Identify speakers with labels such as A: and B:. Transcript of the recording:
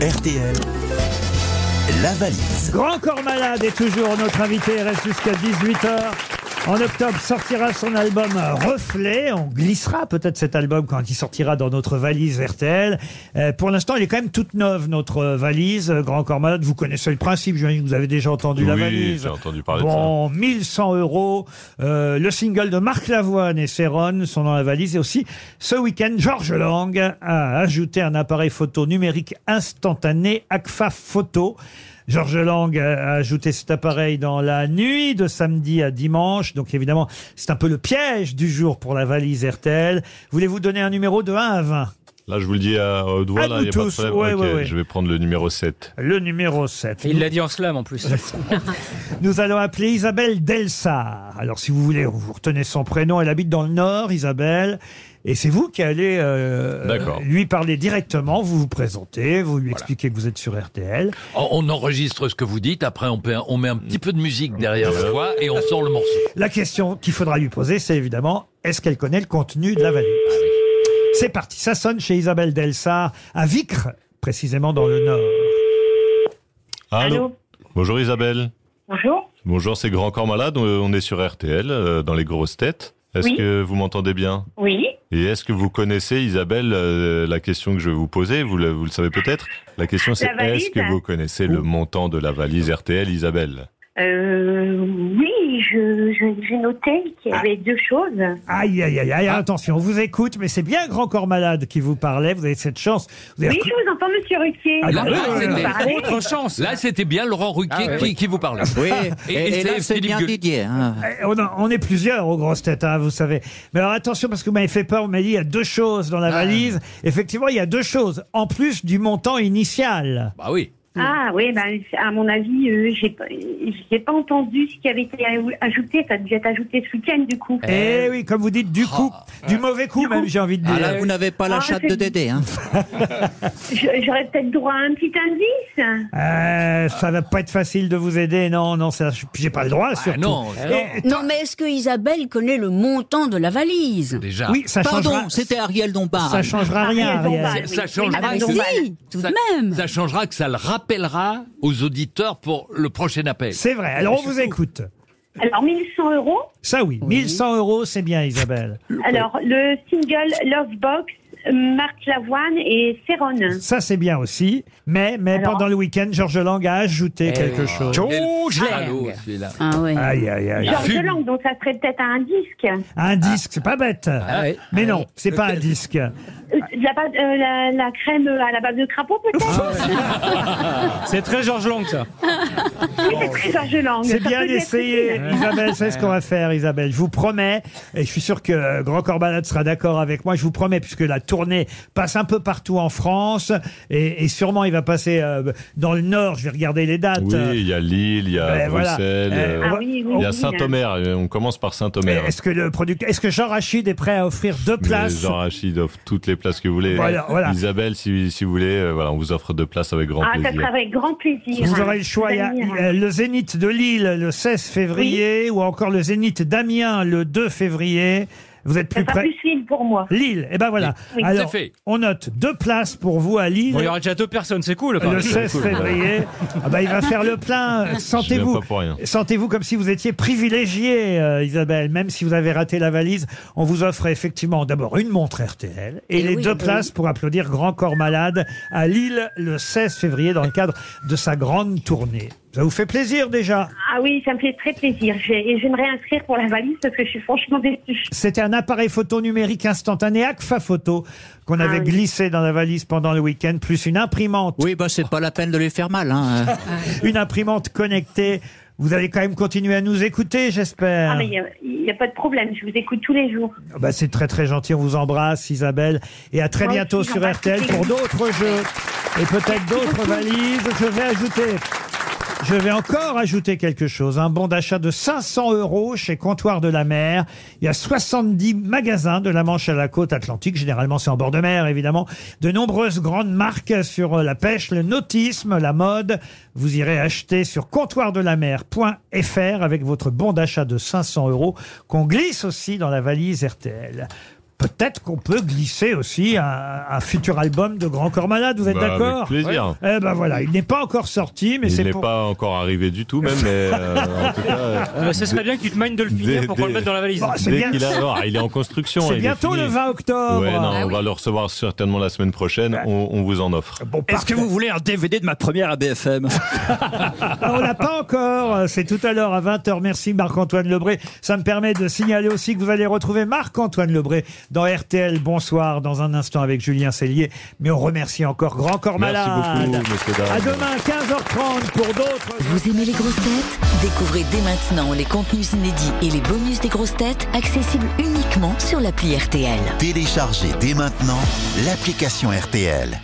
A: RTL, la valise.
B: Grand Corps Malade est toujours notre invité, reste jusqu'à 18h. En octobre sortira son album Reflet. On glissera peut-être cet album quand il sortira dans notre valise RTL. Euh, pour l'instant, elle est quand même toute neuve, notre valise. Euh, Grand Corps Malade, vous connaissez le principe, j'imagine que vous avez déjà entendu la
C: Oui,
B: valise.
C: j'ai entendu parler de
B: bon, 1100 euros. Euh, le single de Marc Lavoine et Céron sont dans la valise. Et aussi, ce week-end, Georges Lang a ajouté un appareil photo numérique instantané, ACFA Photo. Georges Lang a a ajouté cet appareil dans la nuit de samedi à dimanche. Donc évidemment, c'est un peu le piège du jour pour la valise RTL. Voulez-vous donner un numéro de 1 à 20
C: Là, je vous le dis à au doigt,
B: À
C: là,
B: nous
C: il n'y a pas de
B: tous,
C: problème.
B: ouais,
C: Ok,
B: ouais, ouais.
C: Je vais prendre le numéro 7.
B: Le numéro 7.
D: Et il l'a dit en slam en plus.
B: Nous allons appeler Isabelle Delsar. Alors, si vous voulez, vous retenez son prénom. Elle habite dans le Nord, Isabelle. Et c'est vous qui allez euh,
C: D'accord.
B: lui parler directement. Vous vous présentez, vous lui expliquez que vous êtes sur RTL.
E: On Oh, on enregistre ce que vous dites, après on, peut- on met un petit peu de musique derrière la voix et on sort le morceau.
B: La question qu'il faudra lui poser, c'est évidemment est-ce qu'elle connaît le contenu de la valise C'est parti. Ça sonne chez Isabelle Delsar à Vicre, précisément dans le Nord.
C: Allô Bonjour Isabelle.
F: Bonjour.
C: Bonjour, c'est Grand Corps Malade. On on est sur RTL, euh, dans les grosses têtes. Est-ce
F: Oui.
C: que vous m'entendez bien
F: Oui.
C: Et est-ce que vous connaissez, Isabelle, euh, la question que je vais vous poser Vous le, vous le savez peut-être La question, c'est
F: valise
C: est-ce que vous connaissez le montant de la valise RTL, Isabelle
F: Euh, oui, je- je- j'ai noté qu'il y
B: Ah.
F: avait deux choses.
B: Aïe, aïe, aïe, aïe, attention, on vous écoute, mais c'est bien Grand Corps Malade qui vous parlait, vous avez cette chance. Vous avez
F: Oui,
B: reconnu-
F: je vous entends, monsieur Ruquier.
B: Ah, bah
E: Là,
B: oui,
E: là,
B: oui,
F: Vous
B: oui.
E: c'était-
F: parlez.
D: Autre chance.
E: là, c'était bien Laurent Ruquier
D: Ah, ouais,
E: qui,
D: ouais.
E: qui vous parlait.
G: Oui,
E: Et-
G: et,
E: et
G: Ah, et là
E: c'est
G: c'est
E: Philippe
G: bien
E: Gueux.
G: Didier. hein.
B: Eh, On, a- on est plusieurs aux grosses têtes, hein, vous savez. Mais alors attention, parce que vous m'avez fait peur, vous m'avez dit il y a deux choses dans la valise. Effectivement, il y a deux choses, en plus du montant initial.
E: Bah oui.
F: Ah oui, ben, à mon avis, euh, j'ai pas- j'ai pas entendu ce qui avait été ajouté. Ça a dû être ajouté ce week-end, du coup.
B: Eh oui, comme vous dites, du coup, du mauvais coup même, j'ai envie de
G: Ah,
B: dire.
G: là, vous n'avez pas la
F: Ah,
G: chatte
F: c'est-
G: de Dédé. Hein.
F: Je- J'aurais peut-être droit à un petit indice.
B: Euh, ça va pas être facile de vous aider, non, non, ça, je- j'ai pas le droit, surtout.
E: non,
B: Eh,
H: Non, mais est-ce que Isabelle connaît le montant de la valise
E: Déjà.
B: oui, ça changera,
G: Pardon, c'était Ariel Dombard.
B: ça
F: Ah,
B: changera rien,
F: Ariel
B: Ariel.
F: Dombal,
E: Ça- ça
F: oui.
E: change
F: Ah,
E: pas.
F: ben,
E: C'est-
F: Dombal.
H: bah si, tout
E: bah ça,
H: de même.
E: ça changera que ça le rappellera aux auditeurs pour le prochain appel.
B: C'est vrai, alors on vous écoute.
F: Alors, 1100 euros.
B: Ça oui, 1100 euros, c'est bien, Isabelle.
F: Alors, le single Love Box, euh, Marc Lavoine et Céron.
B: Ça, c'est bien aussi. Mais, mais
F: Alors
B: pendant le week-end, Georges Lang a ajouté quelque chose.
E: Oh, je l'ai. Allô, celui-là.
H: Ah ouais.
B: Aïe, aïe, aïe.
F: Georges Lang, donc ça serait peut-être un disque.
B: Un disque, c'est pas bête.
F: Ah,
D: ouais.
B: Mais non, c'est pas un disque.
F: Euh, La, base- euh, la- la crème à la base de crapaud, peut-être
D: C'est très Georges Lang ça.
F: Oui, c'est très Georges Lang.
B: Ah C'est
F: Ça
B: bien
F: peut lui être
B: essayé,
F: utile.
B: Isabelle. C'est ce qu'on va faire, Isabelle. Je vous promets, et je suis sûr que euh, Grand Corbalade sera d'accord avec moi, je vous promets, puisque la tournée passe un peu partout en France, et, et sûrement il va passer euh, dans le Nord. Je vais regarder les dates.
C: Oui, il y a Lille, il y a
B: ben, voilà.
C: Bruxelles,
B: Euh, on
C: euh,
F: Ah
B: va-
F: oui, oui,
C: il y a
F: oui.
C: Saint-Omer. Euh, On commence par
B: Mais
C: Saint-Omer.
B: Est-ce que le producteur, est-ce que Jean Rachid est prêt à offrir deux
C: Mais
B: places
C: Jean Rachid offre toutes les places que vous voulez.
B: Voilà, voilà.
C: Isabelle, si, si vous voulez, euh, voilà, on vous offre deux places avec grand
F: Ah, ça
C: plaisir.
F: serait avec grand plaisir.
B: Vous aurez le choix. Il y a-
F: Venir.
B: il y a le Zénith de Lille le 16 février ou encore le Zénith d'Amiens le 2 février. Vous êtes
F: Ça
B: plus
F: sera
B: près
F: plus fluide pour moi.
B: Lille. Et ben voilà.
F: Oui.
B: Alors,
E: C'est fait.
B: on note deux places pour vous à Lille.
D: Bon, il y aura déjà deux personnes, c'est cool.
B: le 16 février, ah bah, il va faire le plein.
C: Je
B: Sentez-vous,
C: viens pas pour rien.
B: sentez-vous comme si vous étiez privilégié, euh, Isabelle. Même si vous avez raté la valise, on vous offre effectivement d'abord une montre RTL et,
H: Eh
B: les
H: oui,
B: deux
H: eh
B: places pour applaudir Grand Corps Malade à Lille le 16 février dans le cadre de sa grande tournée. Ça vous fait plaisir déjà.
F: Ah oui, ça me fait très plaisir. J'ai- Et j'aimerais inscrire pour la valise parce que je suis franchement déçue.
B: C'était un appareil photo numérique instantané Agfa Photo qu'on avait
F: Ah oui.
B: glissé dans la valise pendant le week-end, plus une imprimante
G: Oui, bah c'est pas la peine de lui faire mal. Hein.
B: une imprimante connectée. Vous allez quand même continuer à nous écouter, j'espère.
F: Ah, mais il n'y a, pas de problème. Je vous écoute tous les jours.
B: Ah bah, c'est très très gentil. On vous embrasse, Isabelle, et à très
F: Moi
B: bientôt
F: aussi,
B: sur
F: j'embrasse
B: RTL
F: toute
B: pour
F: l'équipe.
B: d'autres jeux et peut-être d'autres valises. Je vais ajouter. Je vais encore ajouter quelque chose. Un bon d'achat de 500 euros chez Comptoir de la Mer. Il y a 70 magasins de la Manche à la côte atlantique. Généralement, c'est en bord de mer, évidemment. De nombreuses grandes marques sur euh, la pêche, le nautisme, la mode. Vous irez acheter sur comptoirdelamer.fr avec votre bon d'achat de 500 euros qu'on glisse aussi dans la valise RTL. peut-être qu'on peut glisser aussi un, un futur album de Grand Corps Malade, vous êtes
C: Bah, avec
B: d'accord
C: plaisir.
B: Eh ben voilà, il n'est pas encore sorti, mais
C: Il
B: c'est
C: n'est
B: pour...
C: pas encore arrivé du tout, même, mais euh, en tout cas. euh,
D: Euh, ce serait bien que tu te mandes de le finir
C: Des-
D: pour qu'on
C: des-
D: le mette dans la valise.
B: Bon, Ah, c'est
C: dès
B: bien-
C: qu'il a- non, il est en construction. hein,
B: C'est
C: il est
B: bientôt
C: fini.
B: le 20 octobre.
C: Ouais, non,
I: Ah
C: on
I: oui.
C: va le recevoir certainement la semaine prochaine. On, on vous en offre.
B: Bon,
G: Est-ce que
B: parfait.
G: vous voulez un DVD de ma première ABFM
B: Ah, on l'a pas encore. euh, C'est tout à l'heure à 20h. Merci Marc-Antoine Lebré. Ça me permet de signaler aussi que vous allez retrouver Marc-Antoine Lebré dans RTL. Bonsoir dans un instant avec Julien Cellier. Mais on remercie encore Grand Corps
C: Merci
B: Malade.
C: beaucoup, monsieur Darmanin.
B: À demain 15h30 pour d'autres.
I: Vous aimez les grosses têtes Découvrez dès maintenant les contenus inédits et les bonus des grosses têtes accessibles uniquement sur l'appli RTL.
A: Téléchargez dès maintenant l'application RTL.